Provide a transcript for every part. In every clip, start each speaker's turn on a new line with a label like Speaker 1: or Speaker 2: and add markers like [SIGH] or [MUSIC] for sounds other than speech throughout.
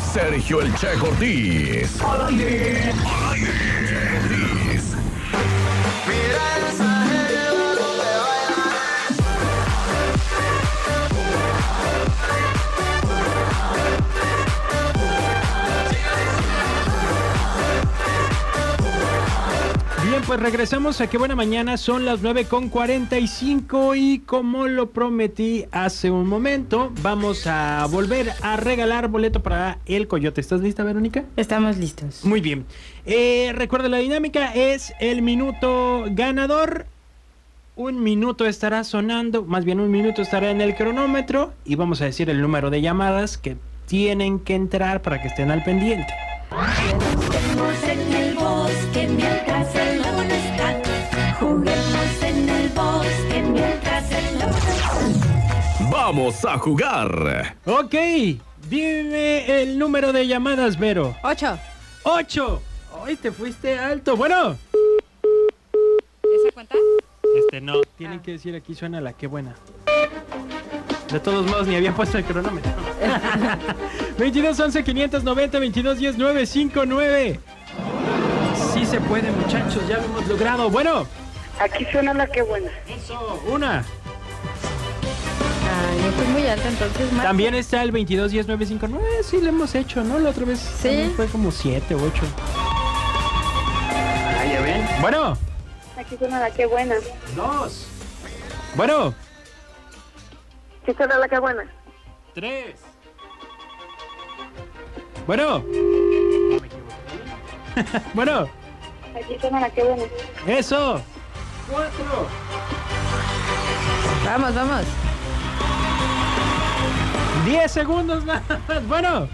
Speaker 1: Sergio El Che Ortiz. Al aire. Al aire. Che Ortiz.
Speaker 2: Mira esa jeva donde baila.
Speaker 3: Bien, pues regresamos a qué buena mañana. Son las 9.45 y como lo prometí hace un momento, vamos a volver a regalar boleto para el Coyote. ¿Estás lista, Verónica?
Speaker 4: Estamos listos.
Speaker 3: Muy bien. Eh, recuerda, la dinámica es el minuto ganador. Un minuto estará sonando, más bien un minuto estará en el cronómetro y vamos a decir el número de llamadas que tienen que entrar para que estén al pendiente.
Speaker 5: Juguemos en el bosque mientras el lobo no está. Juguemos en el bosque mientras el lobo no está.
Speaker 1: Vamos a jugar.
Speaker 3: Ok, dime el número de llamadas, Vero.
Speaker 4: Ocho.
Speaker 3: 8. Hoy te fuiste alto. Bueno.
Speaker 4: ¿Esa cuenta?
Speaker 3: Este no. Tienen
Speaker 4: Ah.
Speaker 3: que decir aquí suena la que buena. De todos modos, ni había puesto el
Speaker 4: [LAUGHS]
Speaker 3: cronómetro. 22 11 590 22 10 959. Sí se puede, muchachos. Ya lo hemos logrado. Bueno.
Speaker 6: Aquí suena la que buena.
Speaker 3: Eso. Una.
Speaker 4: Ah, yo fui muy alta, entonces más.
Speaker 3: También está el 22 10 959. Sí, lo hemos hecho, ¿no? La otra vez
Speaker 4: Sí.
Speaker 3: también fue como 7 8. Ah, ya ven. Bueno.
Speaker 6: Aquí suena la que buena.
Speaker 3: Dos. Bueno.
Speaker 6: Aquí suena la que buena.
Speaker 3: Tres. Bueno. [LAUGHS] bueno,
Speaker 6: Aquí suena la que buena.
Speaker 3: eso. Cuatro.
Speaker 4: Vamos, vamos.
Speaker 3: Diez segundos más. Bueno.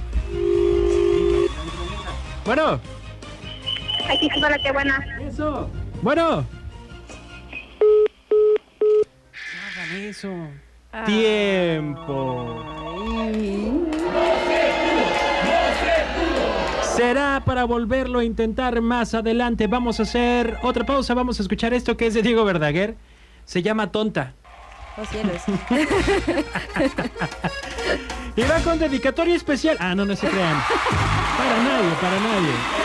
Speaker 3: Bueno,
Speaker 6: Aquí suena la que buena.
Speaker 3: eso. Bueno. No hagan eso. Tiempo. Será para volverlo a intentar más adelante. Vamos a hacer otra pausa. Vamos a escuchar esto que es de Diego Verdaguer. Se llama Tonta.
Speaker 4: Oh cielos.
Speaker 3: Y va con dedicatoria especial. Ah, no, no se crean. Para nadie, para nadie.